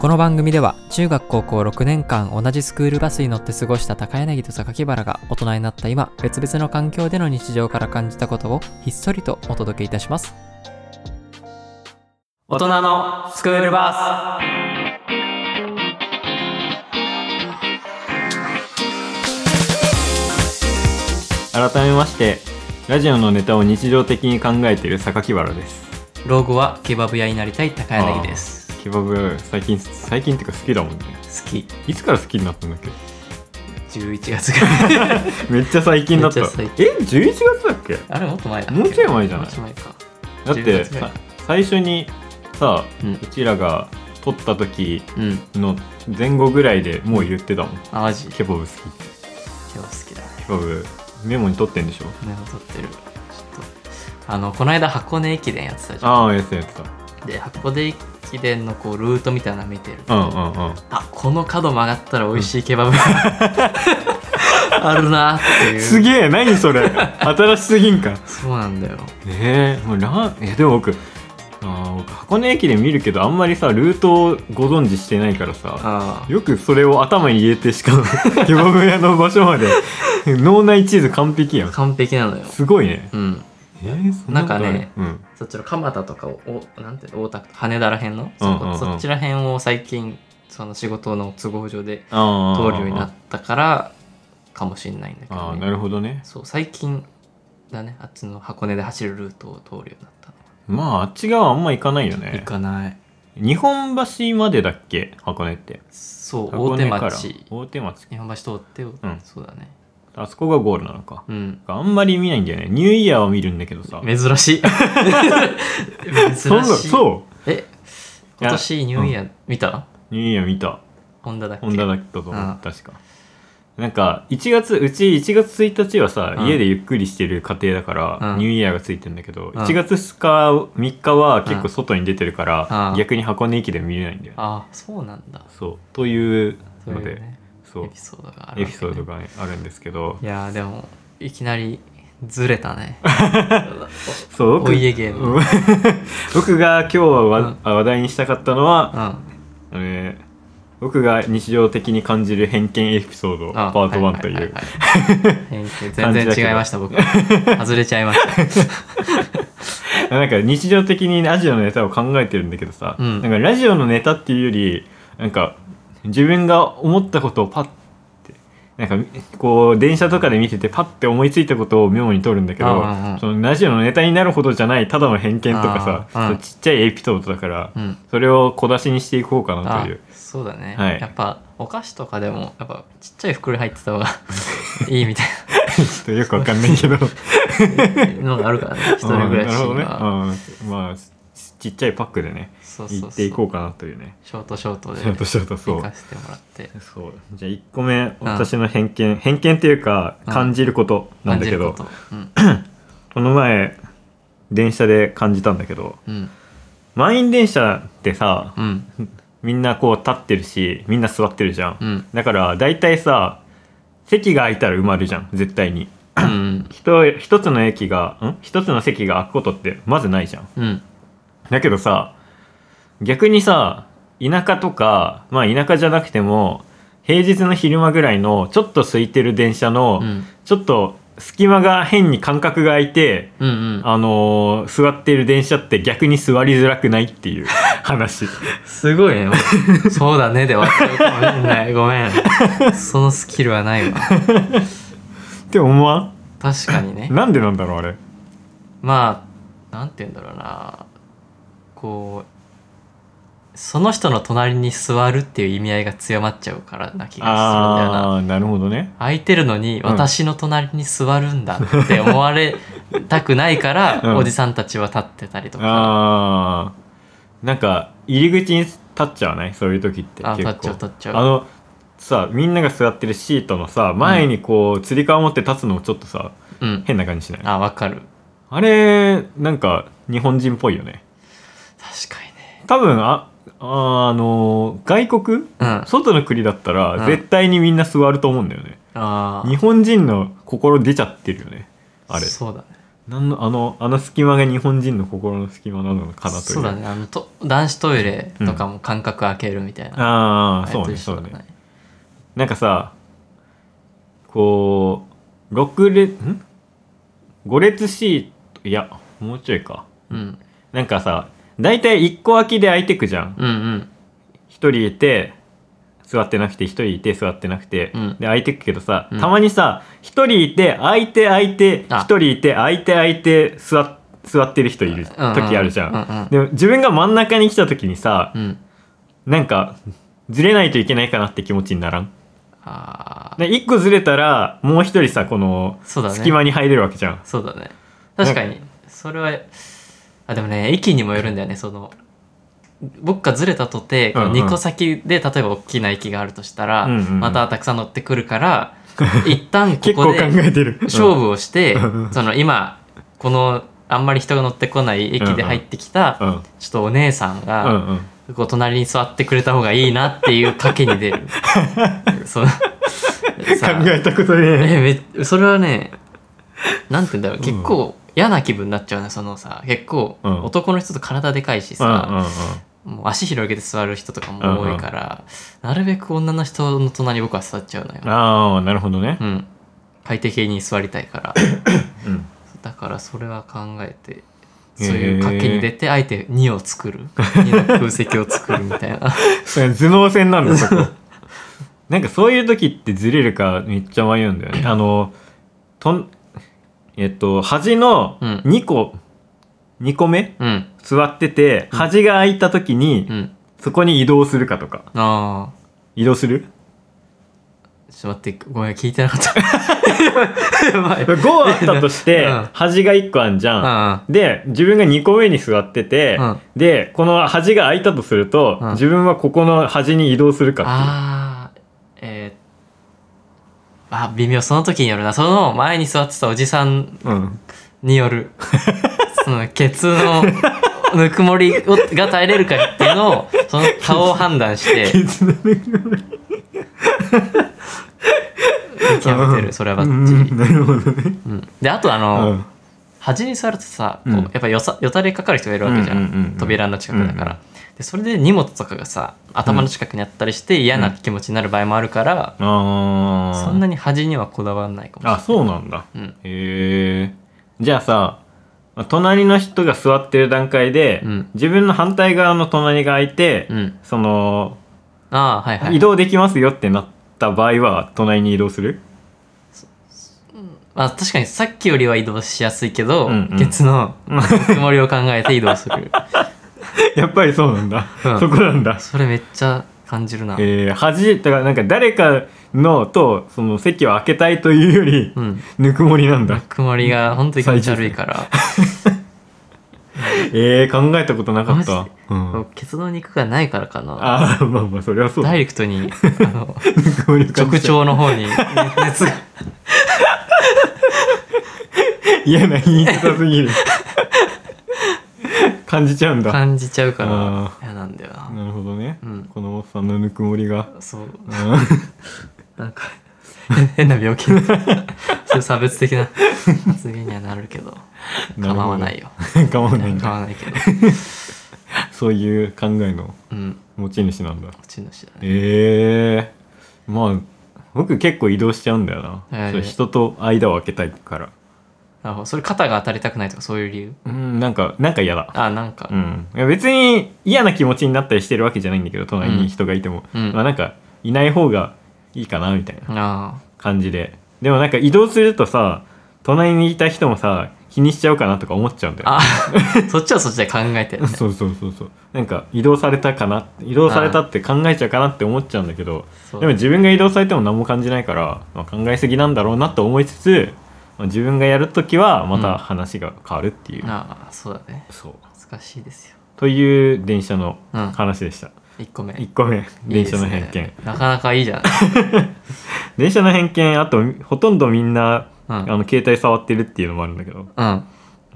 この番組では中学高校6年間同じスクールバスに乗って過ごした高柳と榊原が大人になった今別々の環境での日常から感じたことをひっそりとお届けいたします大人のスクールバス改めましてラジオのネタを日常的に考えている榊原です老後はケバブ屋になりたい高柳ですケバブ最近最近っていうか好きだもんね好きいつから好きになったんだっけ11月ぐらいめっちゃ最近だったえめっちゃ最近11月だっけ あれもっと前だっけもうちょい前じゃないもうちょ前かだっ10て月ぐらいさ最初にさ、ううんちらが撮った時うんの前後ぐらいでもう言ってたもんあマジケバブ好きって今日好きだねケバブメモに撮ってんでしょメモ取ってるちょっとあのこの間箱根駅伝やってたじゃああやってたやってんで箱根駅伝のこうルートみたいなの見てるたうんうんうんあこの角曲がったら美味しいケバブ、あるなっていうすげえ何それ新しすぎんかそうなんだよねえもうランえでも僕あー僕箱根駅伝見るけどあんまりさルートをご存知してないからさあよくそれを頭に入れてし かもケバブ屋の場所まで脳内地図完璧やあん完璧なのよすごいねうんえー、そことあるなんかねうんそっちの蒲田とかをおなんていうの大田区羽田らへんの、うんうんうんそこそっちらへんを最近その仕事の都合上であ通ーるようになったからかもしれないんだけあど、ーね、なるほどねそう最近だねあっちの箱根で走るルートを通るようになったのまああっち側あんま行かないよ行ねかない日本橋までだっけ箱根ってそう箱大手根から町大手町日本橋通ってよ、うんそうだねあそこがゴールなのかうんあんまり見ないんだよねニューイヤーは見るんだけどさ珍しい珍しいそんなそうえ今年ニューイヤー見たニューイヤー見たホンダだっけホンダだったと思うんう確かなんか1月うち1月1日はさ、うん家でゆっくりしてる家庭だから、うんニューイヤーがついてんだけど、うん1月2日3日は結構外に出てるから、うん逆に箱根駅伝見れないんだよ、ねああそうなんだそうというそういのうでねそうエピソードがあるわけエピね、ソードがあるんですけどいやーでもいきなりずれたねそうお家芸のうん 僕が今日はわ話題にしたかったのはう、んあれ僕が日常的に感じる偏見エピソードパあート1といははうは はい全然違いました僕外れちゃいましたなんか日常的にラジオのネタを考えてるんだけどさ、うんなんかラジオのネタっていうよりなんか自分が思ったことをパッてなんかこう電車とかで見ててパッて思いついたことをメモに取るんだけど、うんうんうんそのラジオのネタになるほどじゃないただの偏見とかあーさ、うんちっちゃいエピソードだから、うんそれを小出しにしていこうかなあというそうだね、はいやっぱお菓子とかでもやっぱちっちゃい袋に入ってた 方がいいみたいちょっとよくわかんない けどなのがある からね一人暮らしうんなるは、ほどね、うん、まあちっちゃいパックでねそう行そうってそういこうかなというねショートショートでショートショート そう行かせてもらってそうじゃあ1個目私の偏見、偏見っていうかうん感じることなんだけど、感じることうんこの前電車で感じたんだけどうん満員電車ってさうんみんなこう立ってるしみんな座ってるじゃん、うんだから大体さ席が空いたら埋まるじゃん絶対にうん人一つの駅がん一つの席が空くことってまずないじゃんうんだけどさ逆にさ田舎とかまあ田舎じゃなくても平日の昼間ぐらいのちょっと空いてる電車の、うんちょっと隙間が変に間隔が空いて、うんうんあのー座っている電車って逆に座りづらくないっ ていう話すごいねそうだね で終わっちゃうかもしんないごめんそのスキルはないわって思わ確かにねんなんでなんだろうあれまあなんて言うんだろうなこうその人の隣に座るっていう意味合いが強まっちゃうからな気がするんだよなあーなるほどね空いてるのにうん私の隣に座るんだって思われたくないから、 うんおじさんたちは立ってたりとかあーなんか入り口に立っちゃわないそういう時ってあ結立っち構ゃう立っちゃうあのさみんなが座ってるシートのさ前にこうつり革持って立つのもちょっとさうん変な感じしないああわかるれなんか日本人っぽいよね確かにね多分ああの外う国んあ外の国だったうらん絶対にみんな座ると思うんだよね、あ日本人の心出ちゃってるよねあれそうだねなんのあのあの隙間が日本人の心の隙間なのかなというそうだねあのと男子トイレとかも間隔空けるみたいな、ああれそうとね一そ緒うだねなんかさこう6列ん ?5 列シートいやもうちょいかうんなんかさ大体1個空きで空いてくじゃんうんうん1人いて座ってなくて1人いて座ってなくて、うんで空いてくけどさ、うんたまにさ1人いて空いて空いてあ1人いて空いて空いて座っ座ってる人いる時あるじゃん、うんでも自分が真ん中に来た時にさうん、うん、なんかずれないといけないかなって気持ちにならんああで1個ずれたらもう1人さこのそうだね隙間に入れるわけじゃん、そうだね確かにそれはあでもね駅にもよるんだよねその僕がずれたとてうんうん2個先で例えば大きな駅があるとしたら、うんうんうんまたたくさん乗ってくる から一旦こ結こ構考でえてる勝負をして、うん その今このあんまり人が乗ってこない駅で入ってきた、うんうんちょっとお姉さんうが、んうんこう隣に座ってくれた方がいいなっていう賭けに出 るそのさ考えたことねえめそれはねなんて言うんだろううん結構嫌な気分になっちゃうねそのさ結構、うん男の人と体でかいしうんうん さ、もう足広げて座る人とかも多いから、なるべく女の人の隣に僕は座っちゃうのよう、んああなるほどねうん、快適に座りたい からうんだからそれは考えてへーそういう賭けに出てあえて2を作る2の空席を作るみた いなそれ頭脳戦なんだそこなんかそういう時ってずれるかめっちゃ迷うんだよねあのとんえっと端のうん2個、2個目うん座ってて端が空いた時に、うんそこに移動するかとかあ移動するあちょっと待ってごめん聞いてなかった 前5あったとして、うん端が1個あんじゃん、あで自分が2個上に座ってて、うんでこの端が空いたとすると、うん自分はここの端に移動するかっていうあーえー、あ微妙その時によるなその前に座ってたおじさんうん、によ るそのケツのぬくもりをが耐えれるかっていうのをその顔を判断して 傷のぬくもり見極めてるそれはバうッチリ、んなるほどね、うんであとあうの、ん端に座るとさ、こううんやっぱよさよたれかかる人がいるわけじゃん,、うんうんうんうん扉の近くだから、でそれで荷物とかがさ頭の近くにあったりして嫌な気持ちになる場合もあるから、あーそんなに端にはこだわらないかもしれないあそうなんだうんへえじゃあさまあ隣の人が座ってる段階で、うん自分の反対側の隣が空いて、うんそのああはいはい移動できますよってなった場合は隣に移動する まあ、確かにさっきよりは移動しやすいけど、うんうんケツのぬくもりを考えて移動す るやっぱりそうなんだ、うんそこなんだそれめっちゃ感じるな、えー、恥だからなんか誰かのとその席を開けたいというより、うんぬくもりなんだぬくもりが本当に気持ち悪いからえー、考えたことなかっマたジ、うん、ケツの肉がないからかなああまあまあそれはそうだダイぬレクト にあのくもりを感直じちゃう腸の方に熱が嫌な言い方 すぎる感じちゃうんだ感じちゃうからあ嫌なんだよななるほどね、うんこのおっさんのぬくもりがそうなんか 変な病気そういう差別的な発言にはなるけど構わないよよ構わないん 構だわないけどそういう考えのうん持ち主なんだうちの主だねええまあ僕結構移動しちゃうんだよな、えーそう人と間を空けたいからなるほどそれ肩が当たりたくないとかそういう理由うんなんかなんか嫌だあなんかうん、いや別に嫌な気持ちになったりしてるわけじゃないんだけど隣に人がいても、うんまあなんかいない方がいいかなみたいなあ感じででもなんか移動するとさ隣にいた人もさ気にしちゃうかなとか思っちゃうんだよあ あそっちはそっちで考えてるね そうそうそうそうなんか移動されたかな移動されたって考えちゃうかなって思っちゃうんだけどそうでも自分が移動されても何も感じないから、まあ、考えすぎなんだろうなと思いつつ、まあ自分がやるときはまた話が変わるっていう、ああそうだねそう難しいですよという電車のうん話でした、 1個目1個目電車の偏いい見ですねなかなかいいじゃない電車の偏見あとほとんどみんな、うんあの携帯触ってるっていうのもあるんだけどうん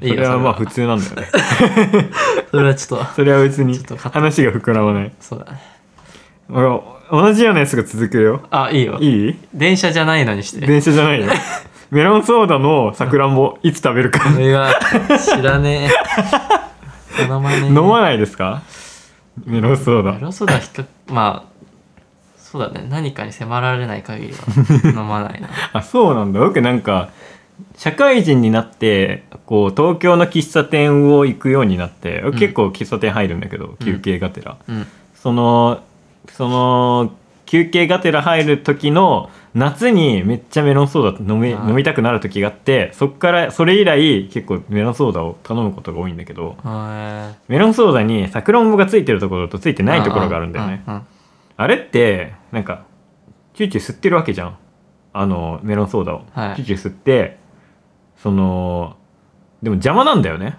そいいよれはまあ普通なんだよねそれはちょっとそれは別にちょっと勝手話が膨らまないそうだね俺同じようなやつが続くよあいいよいい電車じゃないのにして 電車じゃないよメロンソーダのさくらんぼいつ食べるか俺は知らねえ。頼まねえ。飲まないですかメロンソーメダロンソーダは比較、まあ、そうだね。何かに迫られない限り は飲まないな。あそうなんだ僕なんか社会人になってこう東京の喫茶店を行くようになってん結構喫茶店入るんだけど、休憩がてら、うん。そのその休憩がてら入る時の夏にめっちゃメロンソーダ飲みあー飲みたくなる時があってそっからそれ以来結構メロンソーダを頼むことが多いんだけどはメロンソーダにサクロンボがついてるところとついていないところがあるんだよね。うんうんあれってなんかチューチュー吸ってるわけじゃんあのメロンソーダを、はいチューチュー吸ってそのでも邪魔なんだよね、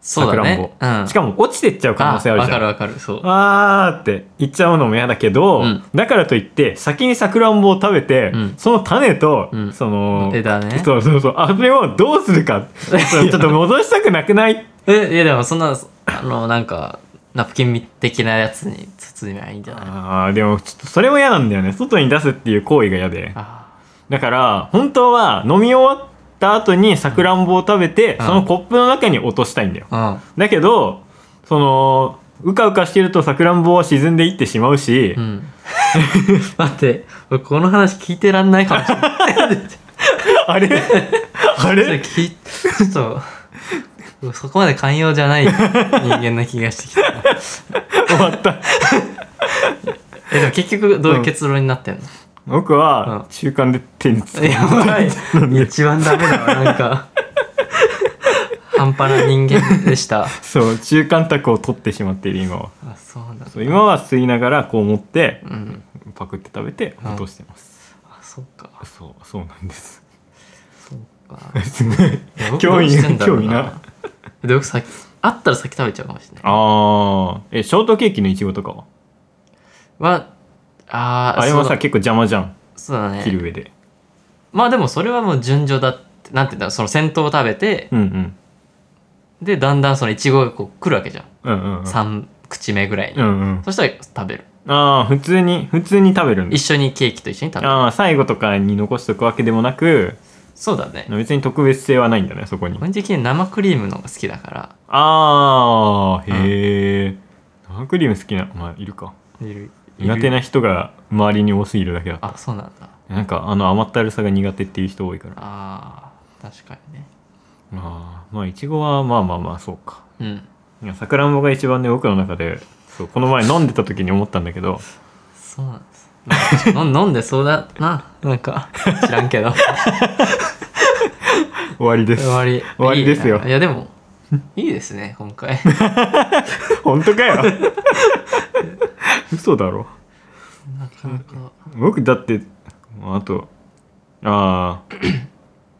そうだね。うん。しかも落ちてっちゃう可能性あるじゃんわかるわかる。そう。あーって言っちゃうのも嫌だけど、うんだからといって先にさくらんぼを食べて、うんその種と、うんその枝ね。そうそうそうあれをどうするかちょっと戻したくなくないえ、いやでもそんな、あの、なんか、ナプキン的なやつに包めばいいんじゃないあーでもちょっとそれも嫌なんだよね外に出すっていう行為が嫌であだから本当は飲み終わった後にさくらんぼを食べて、うんそのコップの中に落としたいんだよあ。うん。だけどそのうかうかしてるとさくらんぼは沈んでいってしまうし、うん 待って俺この話聞いてらんないかもしれ ないあれ あそれれ聞いちょっとそこまで寛容じゃない人間な気がしてきた終わったえでも結局どういう結論になってんの、僕はうん中間で手につくやばい一番ダメだわなんか半端な人間で したそう中間卓を取ってしまっている今はあそうなんだそう今は吸いながらこう持ってうんパクって食べてうん落としてます、あそっかそうそうなんです そうかすごいいや僕 興ど味うしてんだろう興味なで僕先あったら先食べちゃうかもしれないああえショートケーキのいちごとかははあーあれもそうさだ結構邪魔じゃんそうだね切る上で、まあでもそれはもう順序だってなんて言うんだろうその先頭を食べて、うんうんでだんだんそのいちごがこう来るわけじゃん、うんうんうん三3口目ぐらいに、うんうんそしたら食べるああ普通に普通に食べるんだ一緒にケーキと一緒に食べるああ最後とかに残しとくわけでもなくそうだね別に特別性はないんだねそこに個人的に生クリームの方が好きだかああへえ生クリーム好きなまあいるからいる苦手いるな人が周りに多すぎるだけだったあそうなんだなんかあの甘ったるさが苦手っていう人多いからあー確かにねまあまあいちごはまあまあまあそうかうんいやさくらんぼが一番ね僕の中でそうこの前飲んでた時に思ったんだけどそうなんですまあ確かに飲ん飲んでそうだななんか知らんけど終わりです終わり終わりですよいいないやでもいいですね今回 本当 かよ嘘だろなかなか僕だってあとああ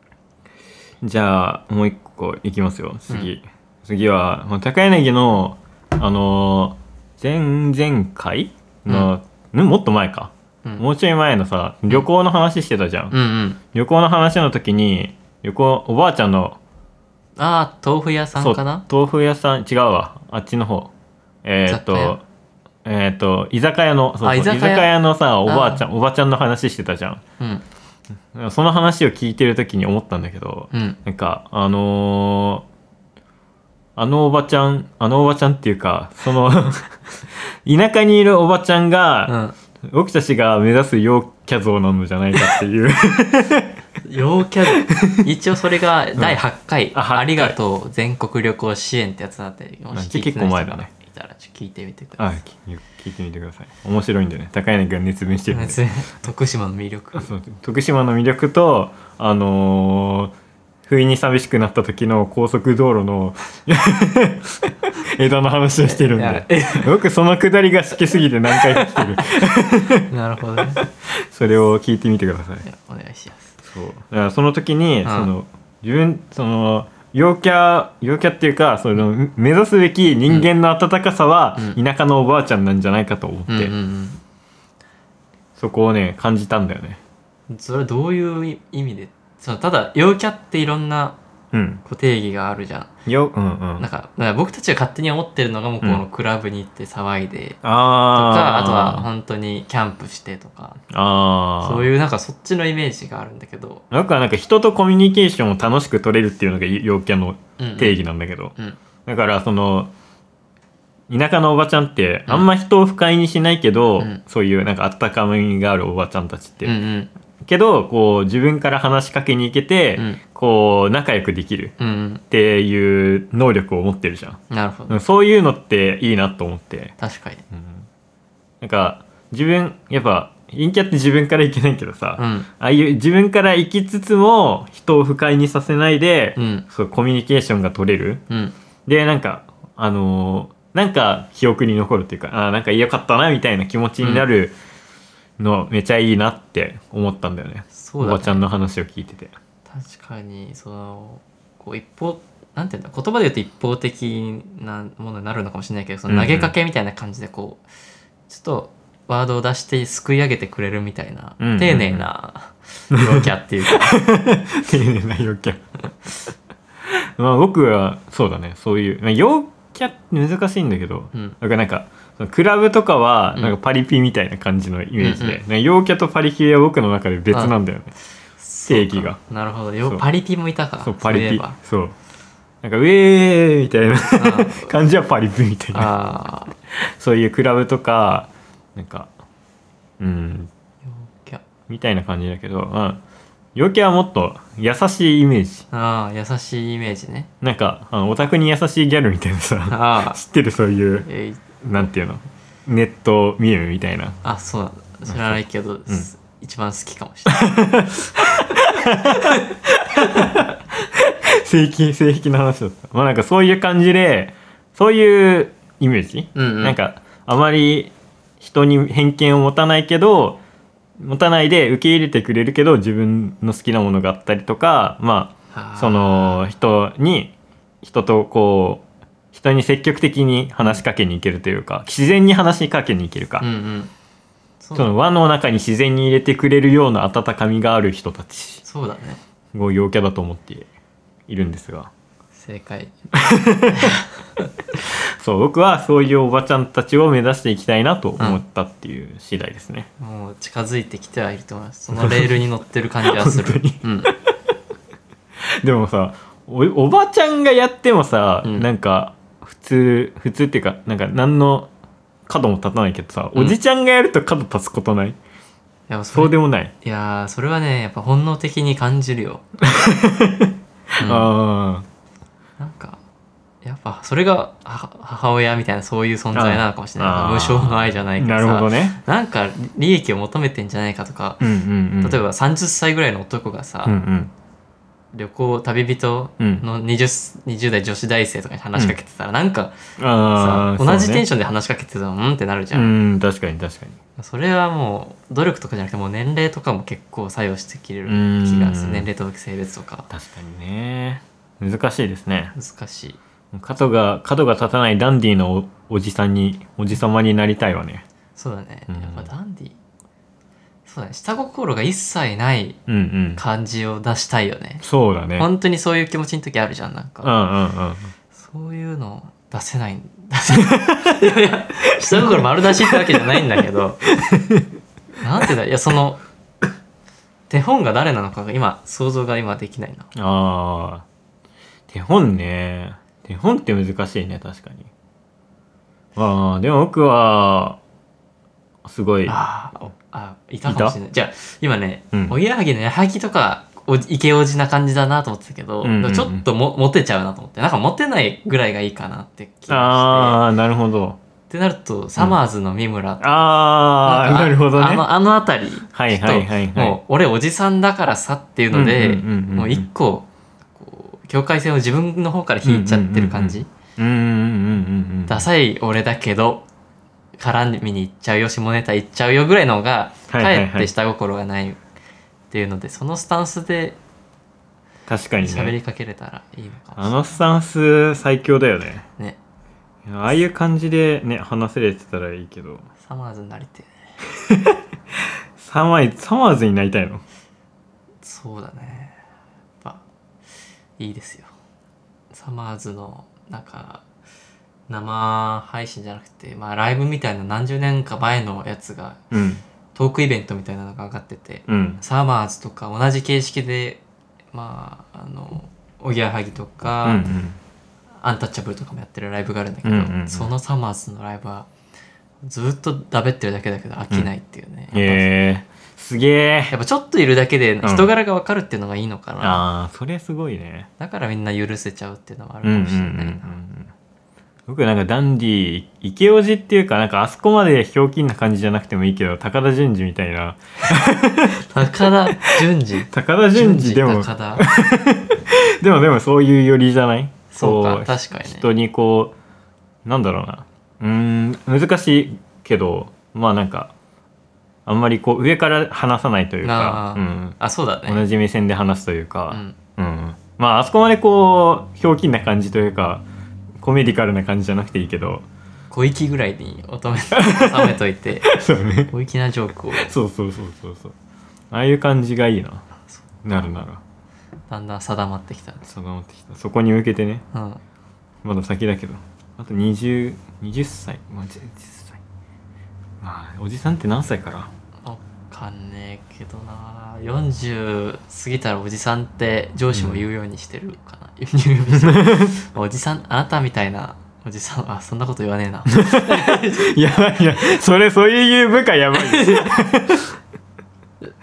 じゃあもう一個いきますよ次、次はまあ高柳のあのー前々回の、ねもっと前か、うんもうちょい前のさ旅行の話してたじゃうん、んうん旅行の話の時に旅行おばあちゃんのああ豆腐屋さそんうかな豆腐屋さん違うわあっちの方えーっ雑貨屋とえーっと居酒屋のそうそうあ居居酒屋酒屋のさおばあちゃんおばちゃんの話してたじゃんうんその話を聞いてる時に思ったんだけど、うんなんかあのーあのおばちゃんあのおばちゃんっていうかその 田舎にいるおばちゃんうが、ん僕たちが目指す陽キャ像なのじゃないかって いう陽キャ一応それが第8回「あ8回ありがとう全国旅行支援」ってやつなんでもあしじゃあ聞いてない結構前人だがねいたらちょっと聞いてみてくだあさい聞聞いてみてください面白いんでね高柳が熱弁してる んで別に徳島の魅力あそう徳島の魅力とあのー不意に寂しくなった時の高速道路の 枝の話をしてるんいやで 僕そのくだりが好きすぎて何回か来て るなるほどねそれを聞いてみてくださいいやお願いしますそうだからその時に、んその自分その陽キャ陽キャっていうかその目指すべき人間の温かさは、うん田舎のおばあちゃんなんじゃないかと思って、うんうんそこをね感じたんだよねうんそれはどういう意味でそのただ陽キャっていろんなうん。こう定義があるじゃん。よ、うんうなんかだん。から僕たちが勝手に思ってるのがもうこうのんクラブに行って騒いであとあか、あとは、本当にキャンプしてとかああ。そうう。いうなんかそっちのイメージがあるんだけど、僕はなんか人とコミュニケーションを楽しく取れるっていうのが陽キャのうんうん定義なんだけど。うんだから、その、田舎のおばちゃんって、あんま人を不快にしないけうど、んそういうなんかあったかみがあるおばちゃんたちって。うんうんけど、こう、自分から話しかけに行けて、うんこう、仲良くできるうんっていう能力を持ってるじゃん。うんなるほうどんそういうのっていいなと思って。確かにうんなんか自分やっぱ陰キャって自分からいけないけどさ、うあんあいう自分から行きつつも人を不快にさせないで、うんそうコミュニケーションが取れるうんでなんかあのーなんか記憶に残るっていうかあーなんか良かったなみたいな気持ちになるの、めちゃいいなって思ったんだよねそうおだばちゃねんの話を聞いてて確かにそのこう一方なんていうんだ言葉で言うと一方的なものになるのかもしれないけどその投げかけみたいな感じでこうちょっとワードを出してすくい上げてくれるみたいな、うんうんうん丁寧 な陽キャっていうか丁寧な陽キャ まあ僕はそうだねそういう、まあ、陽キャって難しいんだけど、うんだからなんかそのクラブとかはうんなんかパリピみたいな感じのイメージうんうでん、なんか陽キャとパリピは僕の中で別なんだよね定義がなるほどそようパリピもいたかそうパリそういえピばそうなんかウェーイみたいなー 感じはパリピみたいなああそういうクラブとかなんかうん陽キャみたいな感じだけど、うん、陽キャはもっと優しいイメージああ優しいイメージねなんかあのオタクに優しいギャルみたいなさああ知ってるそういうえいなんていうのネットミームみた いなあそうなんだ知らないけど、す一番好きかもしれない性癖性癖の話だったまあなんかそういう感じでそういうイメージ、うんうんなんかあまり人に偏見を持たないけど持たないで受け入れてくれるけど自分の好きなものがあったりとかまああーその人に人とこう人に積極的に話しかけに行けるというか自然に話しかけに行けるか、うんうんそうその輪の中に自然に入れてくれるような温かみがある人たちそうだねを陽キャだと思っているんですが。正解そう僕はそういうおばちゃんたちを目指していきたいなと思ったっていう次第ですね、 もう近づいてきてはいると思いますそのレールに乗ってる感じはす 本る当うんでもさおおばちゃんがやってもさ、うんなんか普通普通っていうかなんか何の角も立たないけどさ、うんおじちゃんがやると角立つことないやっぱそうれでもない、いやーそれはねやっぱ本能的に感じる よ、うんあなんかやっぱそれがは母親みたいなそういう存在なのかもしれないあー無償の愛じゃないあけどなさるほどねなんか利益を求めてんじゃないかとか、うんうんうん例えば30歳ぐらいの男がさ、うんうん旅行旅人の 20, 20代女子大生とかに話しかけてたら、なんかさああ同じテンシションで話しかけてたらうんってなるじゃん、ん、うん確かに確かにそれはもう努力とかじゃなくてもう年齢とかも結構作用してきれるうん気がする年齢と性別とか確かにね難しいですね難しい角が角が立たないダンディーのおおじさんにおじさまになりたいわねそうだね、うんやっぱダンディそうだね下心が一切ないうんうん感じを出したいよねそうだねうんうん本当にそういう気持ちの時あるじゃんなんか、うんそういうの出せない 出せないいやいや下心丸出しってわけじゃないんだけ どなんてだいやその手本が誰なのかが今想像が今できないなああ手本ね手本って難しいね確かにああでも僕はすごいあーおあいたかもしれないじゃあ今ね、うんおぎやはぎの矢作とかおイケおじな感じだなと思ってたけど、うんうんうんちょっともモテちゃうなと思ってなんかモテないぐらいがいいかなって気がしてああなるほどってなるとサマーズの三村とかああんかなるほどねあのあの辺りはいはいはいちょっともう俺おじさんだからさっていうのでうんうんうんうんもう一個こう境界線を自分の方から引いちゃってる感じ、うんうんうんうんうんダサい俺だけど絡みに行っちゃうよ下ネタ行っちゃうよぐらいの方がはいはいかはいえって下心がないっていうのでそのスタンスで確かに喋ねりかけれたらいいのかもあしれなのスタンス最強だよねいねああいう感じでね話せれてたらいいけどサマーズになりてえねサマーサマーズになりたいのそうだねやっぱいいですよサマーズのなんか生配信じゃなくて、まあ、ライブみたいな何十年か前のやつがうんトークイベントみたいなのが上がっててうんサマーズとか同じ形式でまああのおぎやはぎとうか、んアンタッチャブルとかもやってるライブがあるんだけど、うんうんうんそのサマーズのライブはずっとだべってるだけだけど飽きないっていうね、うんええすげやえっぱちょっといるだけでん人柄が分かるっていうのがいいのかな、ああそれすごいねだからみんな許せちゃうっていうのもあるうんかうんうもんうしれんうないな、ん僕なんかダンディ池オジっていうかなんかあそこまでひょうきんな感じじゃなくてもいいけど高田純次みたいな 高田純次高田純次でも高田でもでもそういう寄りじゃないそうこか確かにね人にこうなんだろうなうーん難しいけどまあなんかあんまりこう上から話さないというなかあ、うんあそうだね同じ目線で話すといううか、ん、うんまああそこまでこうひょうきんな感じというかコメディカルな感じじゃなくていいけど小粋ぐらいに収め収めとい てそうね小粋なジョークをそうそうそうそうそうああいう感じがいいなそなるならだんだん定まってきた、定まってきたそこに向けてねうん、まだ先だけどあと2020歳まあ10歳まあおじさんって何歳からわかんねえけどな40過ぎたらおじさんって上司も言うようにしてるか な、言うようにしてるおじさんあなたみたいなおじさんはそんなこと言わねえ な やばいなそれそういう部下やばいよ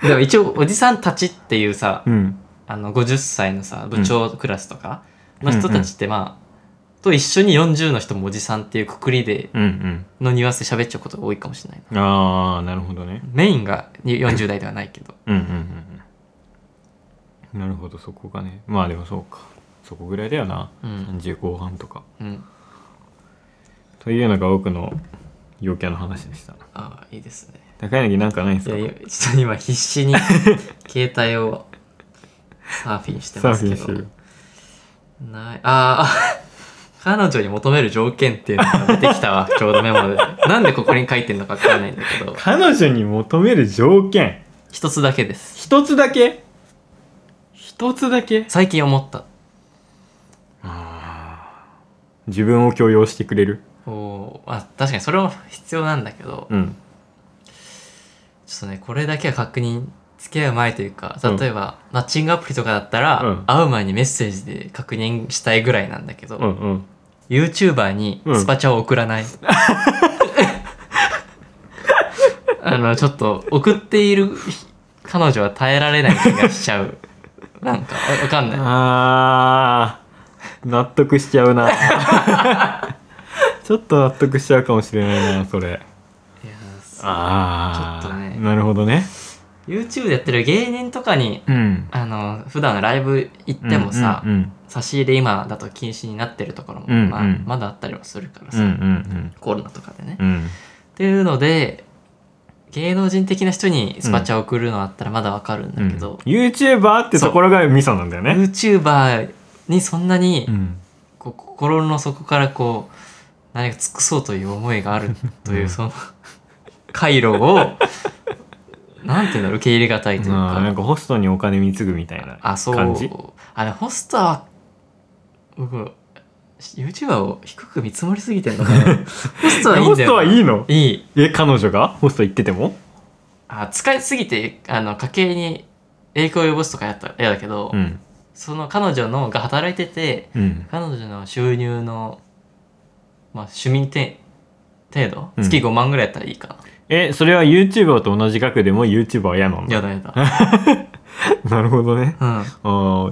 でも一応おじさんたちっていうさ うんあの50歳のさ部長クラスとかの人たちってまあ、と一緒に40の人もおじさんっていうくくりでうんのニュアンスで喋っちゃうことが多いかもしれないなうんああなるほどねメインが40代ではないけどうんうんうんうんなるほどそこがねまあでもそうかそこぐらいだよな、うん30後半とかうんというのが僕の陽キャの話でしたああいいですね高柳なんかないんすいかやいやちょっと今必死 に携帯をサーフィンしてサーまフすィけンしてどるないあーあ 彼女に求める条件っていうのが出てきたわちょうどメモでなんでここに書いてんのかわからないんだけど彼女に求める条件一つだけです一つだけ一つだけ最近思った自分を強要してくれるおーあ確かにそれも必要なんだけど、うんちょっとねこれだけは確認付き合う前というか例えば、マッチングアプリとかだったら、うん会う前にメッセージで確認したいぐらいなんだけど、うんうんユーチューバーにうんスパチャを送ら ない。あの、ちょっと、送っている彼女は耐えられない気がしちゃ う。なんか、わわかんない。あー納得しちゃうなちょっと納得しちゃうかもしれないなそれいやーああちょっとねなるほどね YouTube でやってる芸人とかに、うんあの、普段ライブ行ってもさ、うんうん差し入れ今だと禁止になってるところも、うんうんまあ、まだあったりはするからうんうさ、んコロナとかでね。うんうんっていうので、芸能人的な人にスパチャを送るのあったらまだわかるんだけど、 YouTuber ってところがミソなんだよね YouTuber にそんなに、うんこう心の底からこう何か尽くそうという思いがあるという うんその回路をなんていうの受け入れがたいというまあなんかかホストにお金貢ぐみたいなあそう感じあでもホストは僕 YouTuber を低く見積もりすぎてんのかな ホストはいいんホだスよトはいいのいいえ彼女がホスト行っててもあ使いすぎてあの家計に影響を及ぼすとかやったら嫌だけど、うんその彼女のが働いててうん彼女の収入の、まあ、趣味て程度、うん月5万ぐらいやったらいいかな。えそれは YouTuber と同じ額でも YouTuber は嫌なんやだだや だ。なるほどねうん。ああ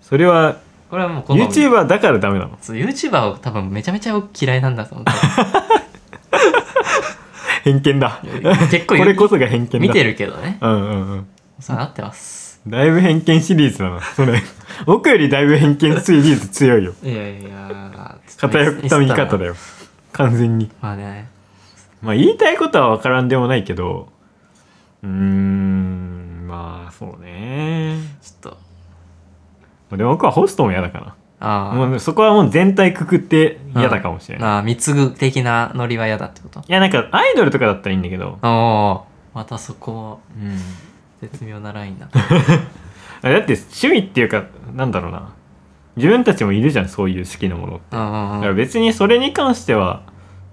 それはこれはもうこの YouTuber だからダメなのそう YouTuber を多分めちゃめちゃ嫌いなんだと思っ偏見だて。結 こ構れこそが偏見だ見てるけどね。うんうんうんそうなってます。だいぶ偏見シリーズだなそれ 僕よりだいぶ偏見シリーズ強いよいやいや。ちょっと偏った見方だよ。よ完全にまあね。まあ言いたいことは分からんでもないけどうーんまあそうねちょっと。まあでも僕はホストも嫌だかあらあ。もうそこはもう全体くくって嫌だかもしれない、いああ、貢ぐ的なノリは嫌だってこと。やなんかアイドルとかだったらいいんだけど、おお。またそこ、うん、絶妙なラインだ。あれだって趣味っていうかなんだろうな自分たちもいるじゃんそういう好きなものっうてんだうかんうらん別にそれに関しては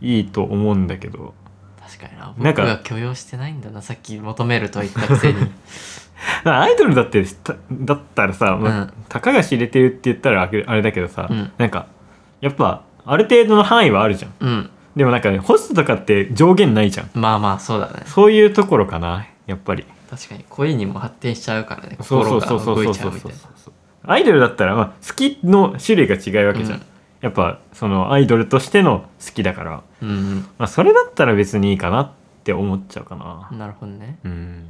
いいと思うんだけど確かにななん僕かが許容してないんだなさっき求めると言ったくせにアイドルだってしただったらさ、まあうんたかが知れてるって言ったらあれあれだけどさ、うんなんかやっぱある程度の範囲はあるじゃんうんでもなんか、ね、ホストとかって上限ないじゃんまあまあそうだねそういうところかなやっぱり確かに恋にも発展しちゃうからねそう心そうがそうそ動うそいうちゃそううみそたういなアイドルだったら、まあ、好きの種類が違うわけじゃん、うんやっぱそのアイドルとしての好きだから、うんまあ、それだったら別にいいかなって思っちゃうかなうんなるほどねうん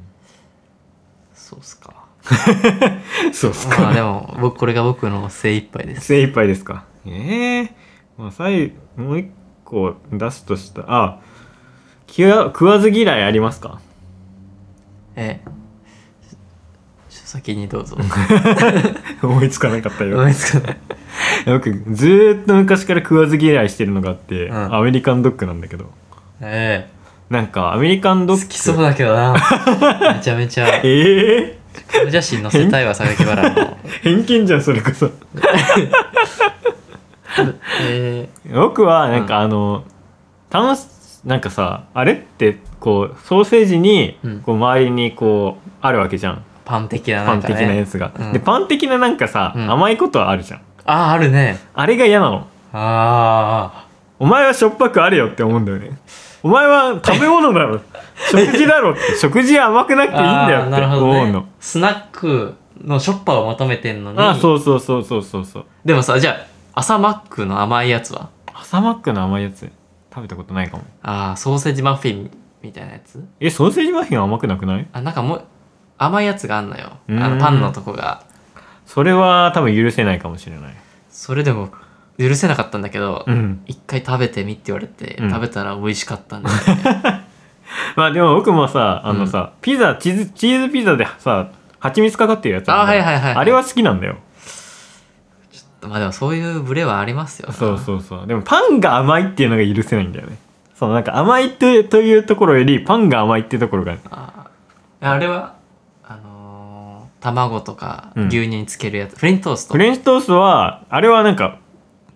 そうっすか そうっすまあかでも僕これが僕の精一杯です精一杯ですかええまあ、最もう一個出すとしたあ食わ食わず嫌いありますか ええちょ先にどうぞ思いつかなかったよ思いつかない僕ずーっと昔から食わず嫌いしてるのがあって、うんアメリカンドッグなんだけどえなんかアメリカンドえッグ好きそうだけどなめちゃめちゃええ顔写真載せたいわ榊原の偏見じゃんそれこそえ僕はなんかあの、楽しなんかさあれってこうソーセージにうんこう周りにこうあるわけじゃん、えパン的なパなンんか的ねなやつが、うんでパン的ななんかさ、うん甘いことはあるじゃんあああるねあれが嫌なのあお前はしょっぱくあるよって思うんだよねお前は食べ物だ ろ食事だろって食事は甘くなくーていいんだよあーってなるほ思うどのねスナックのしょっぱを求めてんのにああそうそうそうそうそうそうでもさじゃあ朝マックの甘いやつは朝マックの甘いやつ食べたことないかもああソーセージマフィンみたいなやつえソーセージマフィン甘くなくないあなんかもう甘いやつがあんのようーんあのパンのとこがそれは多分許せないかもしれないそれでも許せなかったんだけどうん一、回食べてみって言われて、うん食べたら美味しかったん だよねまあでも僕もさあのさ、ピザチーズチーズピザでさ蜂蜜かかってるやつるんだよあはいはいはいはいあれは好きなんだよまあでもそういうブレはありますよなそうそうそうでもパンが甘いっていうのが許せないんだよねそうなんか甘いってというところよりパンが甘いっていうところがあーあれはあのー卵とかうん牛乳につけるやつ、フレンチトーストフレンチトーストはあれはなんか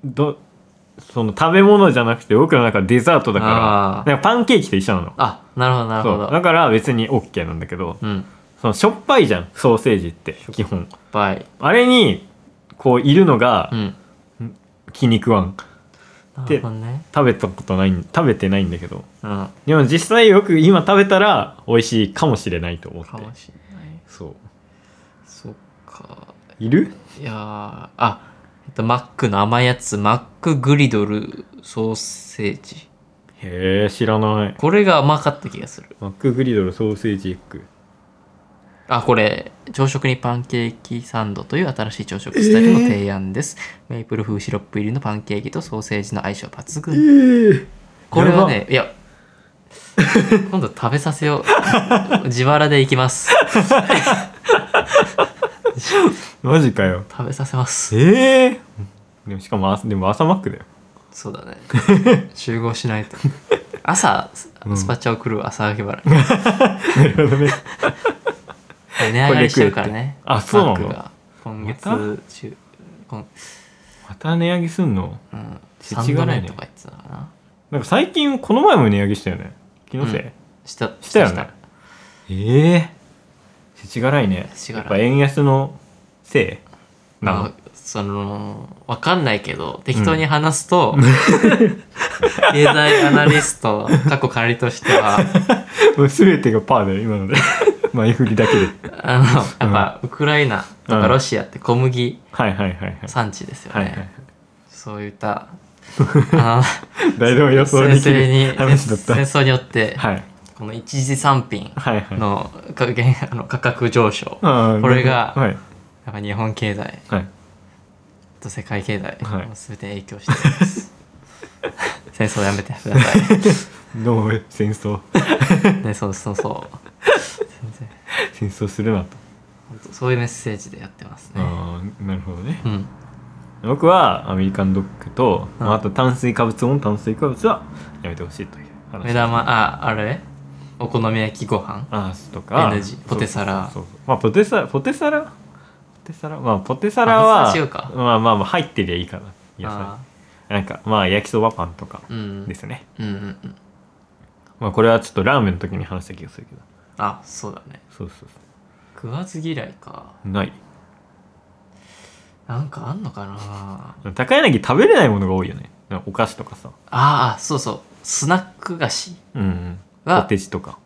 どその食べ物じゃなくて僕の中でデザートだあかーらなんかパンケーキと一緒なのあなるほどなるほそうだどから別に OK なんだけどうんそのしょっぱいじゃんソーセージって基本バイあれにこういるのがうん気に食わんなでるほどね食べたことないん食べてないんだけどうんでも実際よく今食べたら美味しいかもしれないと思ってかもしれないそうそっかいるいやーあえっとマックの甘いやつマックグリドルソーセージへえ知らないこれが甘かった気がするマックグリドルソーセージエッグあこれ朝食にパンケーキサンドという新しい朝食スタイルの提案です、メイプル風シロップ入りのパンケーキとソーセージの相性抜群ええこれはねいや 今度食べさせよう自腹でいきますマジかよ食べさせますええでもしかも朝でも朝マックだよ そうだね集合しないと朝スうんスパチャを送るわ朝秋原なるほどね値上がりしてるからねこれで食うってあそうなのマックが今ま月中今、また値上げすんのうん、世3知度辛目いねとか言ってたのかななんか最近この前も値上げしたよね気のせい、うんしたしたよねええ世知辛いね世知辛いやっぱ円安のせいなの、まあそのわかんないけど適当に話すと、経済アナリス ト過去仮としては もう全てがパーだよ今ので 前振りだけであのやっぱウクライナとかロシアって小麦はいはいはいはい産地ですよね、はいはいそういった あ大動予の想先でき生にる話だった戦争によって、はいこの一次産品はいはいの価格あの価格上昇あーこれがはいやっぱ日本経済はいと世界経済、はい全て影響しています 戦争やめてくださいノー戦争 ね、そうそうそう。全然戦争するなと本当そういうメッセージでやってますね。ああなるほどねうん。僕はアメリカンドッグとうんまああと炭水化物も炭水化物はやめてほしいという話目玉、あ、あれお好み焼きご飯あーとか NG ポテサラそうそうそうまあポテサラポテサラポテテサラまあポテサラはあポテサラしようかまあまあまあ入ってりゃいいかな野あ菜なんかまあ焼きそばパンとかーうんですね、うんうんうんまあこれはちょっとラーメンの時に話した気がするけどあそうだねそうそう食わず嫌いかそうないなんかあんのかな高柳食べれないものが多いよねなんかお菓子とかさああそうそうスナック菓子うんうんポは好テチとか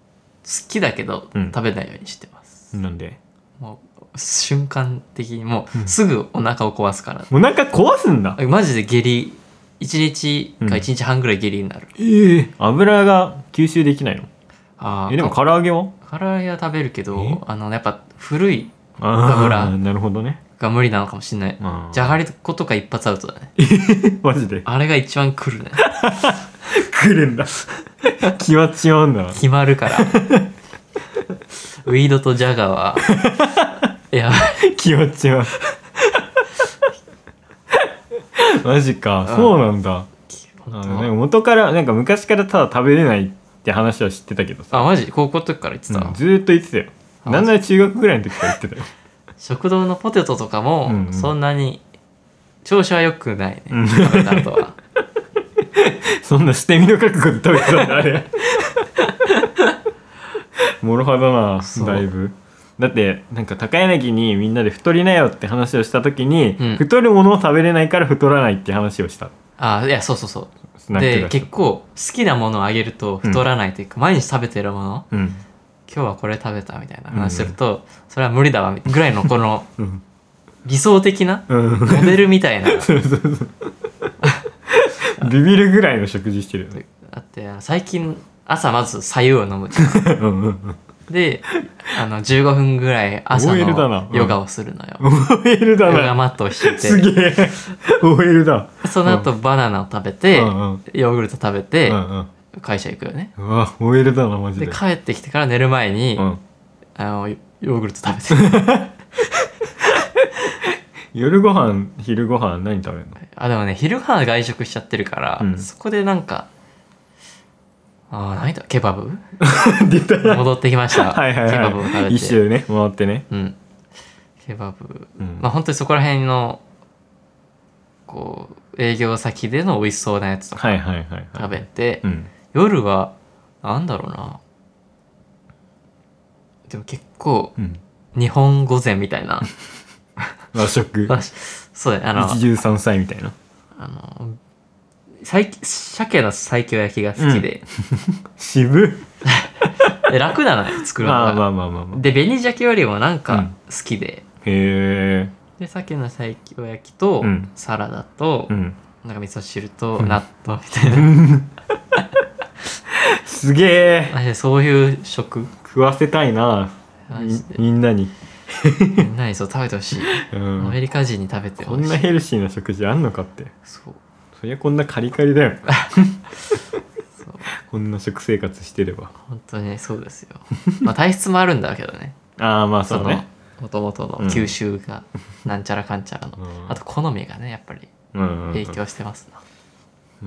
きだけどうん食べないようにしてます、なんでもう瞬間的にもうんうすぐお腹を壊すから、お腹壊すんだマジで下痢1日うんか1日半ぐらい下痢になる、ええ油が吸収できないのああえでも唐揚げは唐揚げは食べるけえどあのやっぱ古いああ油なるほどねが無理なのかもしれないあーじゃがりことか一発アウトだねマジであれが一番来るね 来るんだ気は違うんだな決まる からウィードとジャガーはいや気は違うマジかそうなんだあのね元からなんか昔からただ食べれないって話は知ってたけどさあマジ高校の時から言ってた、うんずーっと言ってたよあなんなら中学ぐらいの時から言ってたよ 食堂のポテトとかうんうもんそんなに調子は良くないね、うん食べた後はそんな捨て身の覚悟で食べてたんだ あれもろはだそなうだいぶだってなんか高柳にみんなで太りなよって話をした時に、うん太るものを食べれないから太らないって話をしたあいやそうそうそスうナックで菓子結構好きなものをあげると太らないというか、毎日食べてるものうん今日はこれ食べたみたいな話すると、それは無理だわぐらいのこのうん理想的なうんモデルみたいなビビるぐらいの食事して るよねだって最近朝まず白湯を飲むじゃんうんうんうん であの15分ぐらい朝 OL だなのうんヨガをするのよ、 OL だヨガなマットを敷いすてげえ OL だその後バナナを食べて、うんうんヨーグルト食べて、うんうん会社行くよねうわ OL だなマジでで帰ってきてから寝る前に、うん、あのヨヨーグルト食 べて夜ご飯昼ご飯何食べるのあでもね昼ご飯は外食しちゃってるから、うんそこでなんかあー何だケバブ 出た戻ってきました はいはいケバブを食はべい。て一周ね、回ってね。うんケバブ、うんまあ本当にそこら辺のこう営業先での美味しそうなやつとかはいはいはい。食べ。て、うん。夜はなんだろうなでも結構うん。日本御膳みたいな 和食。まあそうだねあの一汁三菜みたいな。あの、最鮭の最強焼きが好きで、渋っ。で楽なのよ、作るのまあまが。あまあまあまあ。で、紅鮭よりもなんうかん好きで、へえ。で、鮭の最強焼きとうん、サラダとう、ん。なんか味噌汁とうん納豆みたいな。 すげえ。マジでそういう食食わせたいな。マみジで。みんなに。みんなにそう食べてほしい。うアメん。リカ人に食べてこほんし。ないヘルシーな食事あんのかって。そう。そりゃこんなカリカリだよ。そう。 こんな食生活してれば。本当にそうですよ。まあ体質もあるんだけどね。ああまあ そそうのね。、もともとうんの吸収が、なんちゃらかんちゃらの。うんあと好みがね、やっぱりうんうんう影ん。響してますな。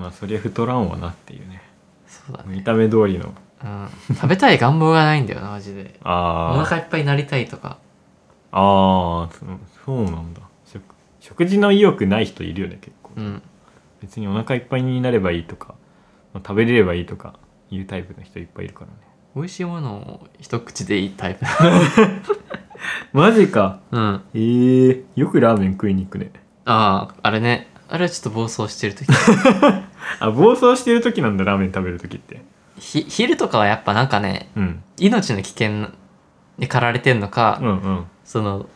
まあそりゃ太らんわなっていうね。そうだね。見た目通りの。うん、食べたい願望がないんだよなマジでおああ。腹いっぱいになりたいとかああそそうなんだ食食事の意欲ない人いるよね結構、うん別にお腹いっぱいになればいいとかまあ食べれればいいとかいうタイプの人いっぱいいるからね美味しいものを一口でいいタイプ マジかうんあえー、よくラーメン食いに行くねああれねあれはちょっと暴走してる時 あ暴走してる時なんだラーメン食べる時ってひ昼とかはやっぱなんかねうん命の危険に駆られてんのか、うんうんその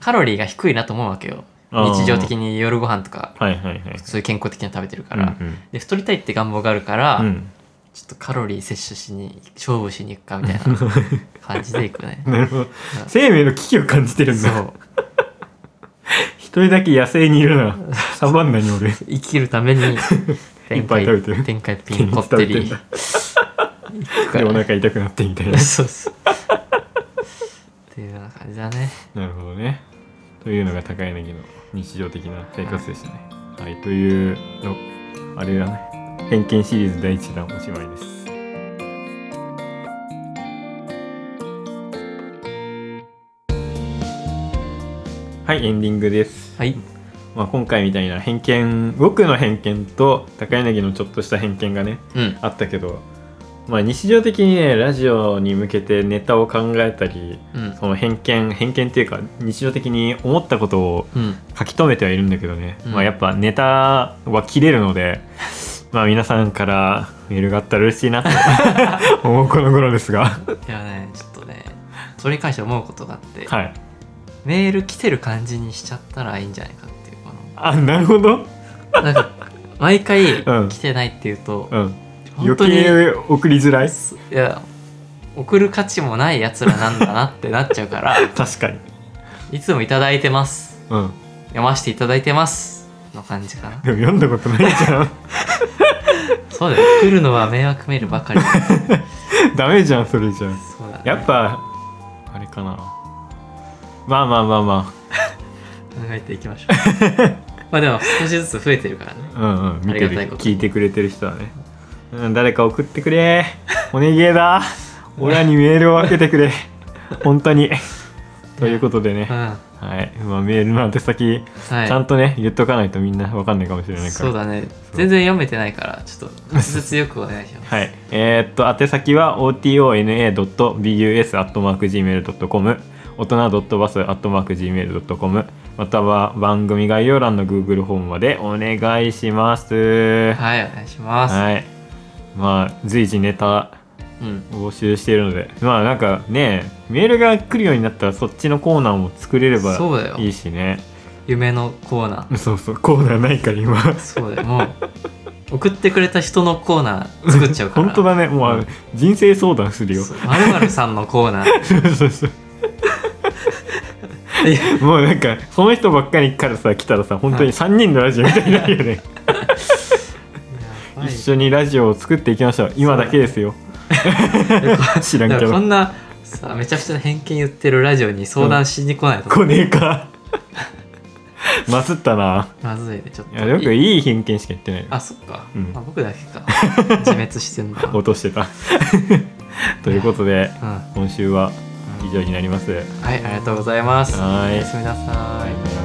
カロリーが低いなと思うわけよあー日常的に夜ご飯とかはいはいはいそういう健康的なの食べてるか、からうんで太りたいって願望があるから、うん、ちょっとカロリー摂取しに勝負しに行くかみたい な感じで行くねうんなるほど生命の危機を感じてるんそだう一人だけ野生にいるなサバンナにおる生きるために いっぱい食べてる天下一品こって り天行くかでらお腹痛くなってみたいな そうそうっていうような感じだねなるほどね。というのが高柳の日常的な生活でしたね。はい、というの、あれだね。偏見シリーズ第1弾おしまいです。はいエンディングです、はいまあ、今回みたいな偏見僕の偏見と高柳のちょっとした偏見がねうんあったけど、まあ、日常的にねラジオに向けてネタを考えたりうんその偏見偏見っていうか日常的に思ったことをうん書き留めてはいるんだけどね、うんまあ、やっぱネタは切れるので まあ皆さんからメールがあったら嬉しい なと思うこの頃ですがいやねちょっとねそれに関して思うことがあって、はいメール来てる感じにしちゃったらいいんじゃないかっていうこあなるほどのなんか毎回うん来てないっていうと、うん本余当に計送りづらいいや送る価値もないやつらなんだなってなっちゃうから 確かにいつもいただいてますうん読ませていただいてますの感じかなでも読んだことないじゃん そうだよ来るのは迷惑メールばかりダメじゃんそれじゃんそうだねやっぱあれかなまあまあまあま考えていきましょう まあでも少しずつ増えてるからねあうんうん見あてりがたいること聞いてくれてる人はね、うん、誰か送ってくれお願えだ 俺らにメールを分けてくれ本当にということでねうん、ははい、まあ、メールの宛先、いちゃんとね言っとかないとみんな分かんないかもしれないからそうだね全然読めてないからちょっと滑舌よくお願いしますはい、えーっと宛先は otona.bus.gmail.com 大人 .bus.gmail.com または番組概要欄の Google フォームまでお願いします ははい、お願いします、いまあ随時ネタうん募集しているのでまあなんかねメールが来るようになったらそっちのコーナーも作れればそうだよいいしね夢のコーナーそうそうコーナーないか ら今そうだよもう送ってくれた人のコーナー作っちゃうから 本当だねもうあの人生相談するよ そう〇〇さんのコーナーそうそうそういやもうなんかその人ばっかりからさ来たらさ本当に3人のラジオみたいになる よねばい一緒にラジオを作っていきましょう今だけで すよ知らんだかけらこどんなさめちゃくちゃ偏見言ってるラジオに相談しに来ないと、来ねえか まずったなまずいねちょっといやよくいい偏見しか言ってないよあそっか、うんあ僕だけ か自滅してんだ落としてたということでうん、は今週は以上になりますいありがとうございますはーいおやすみなさいさよなら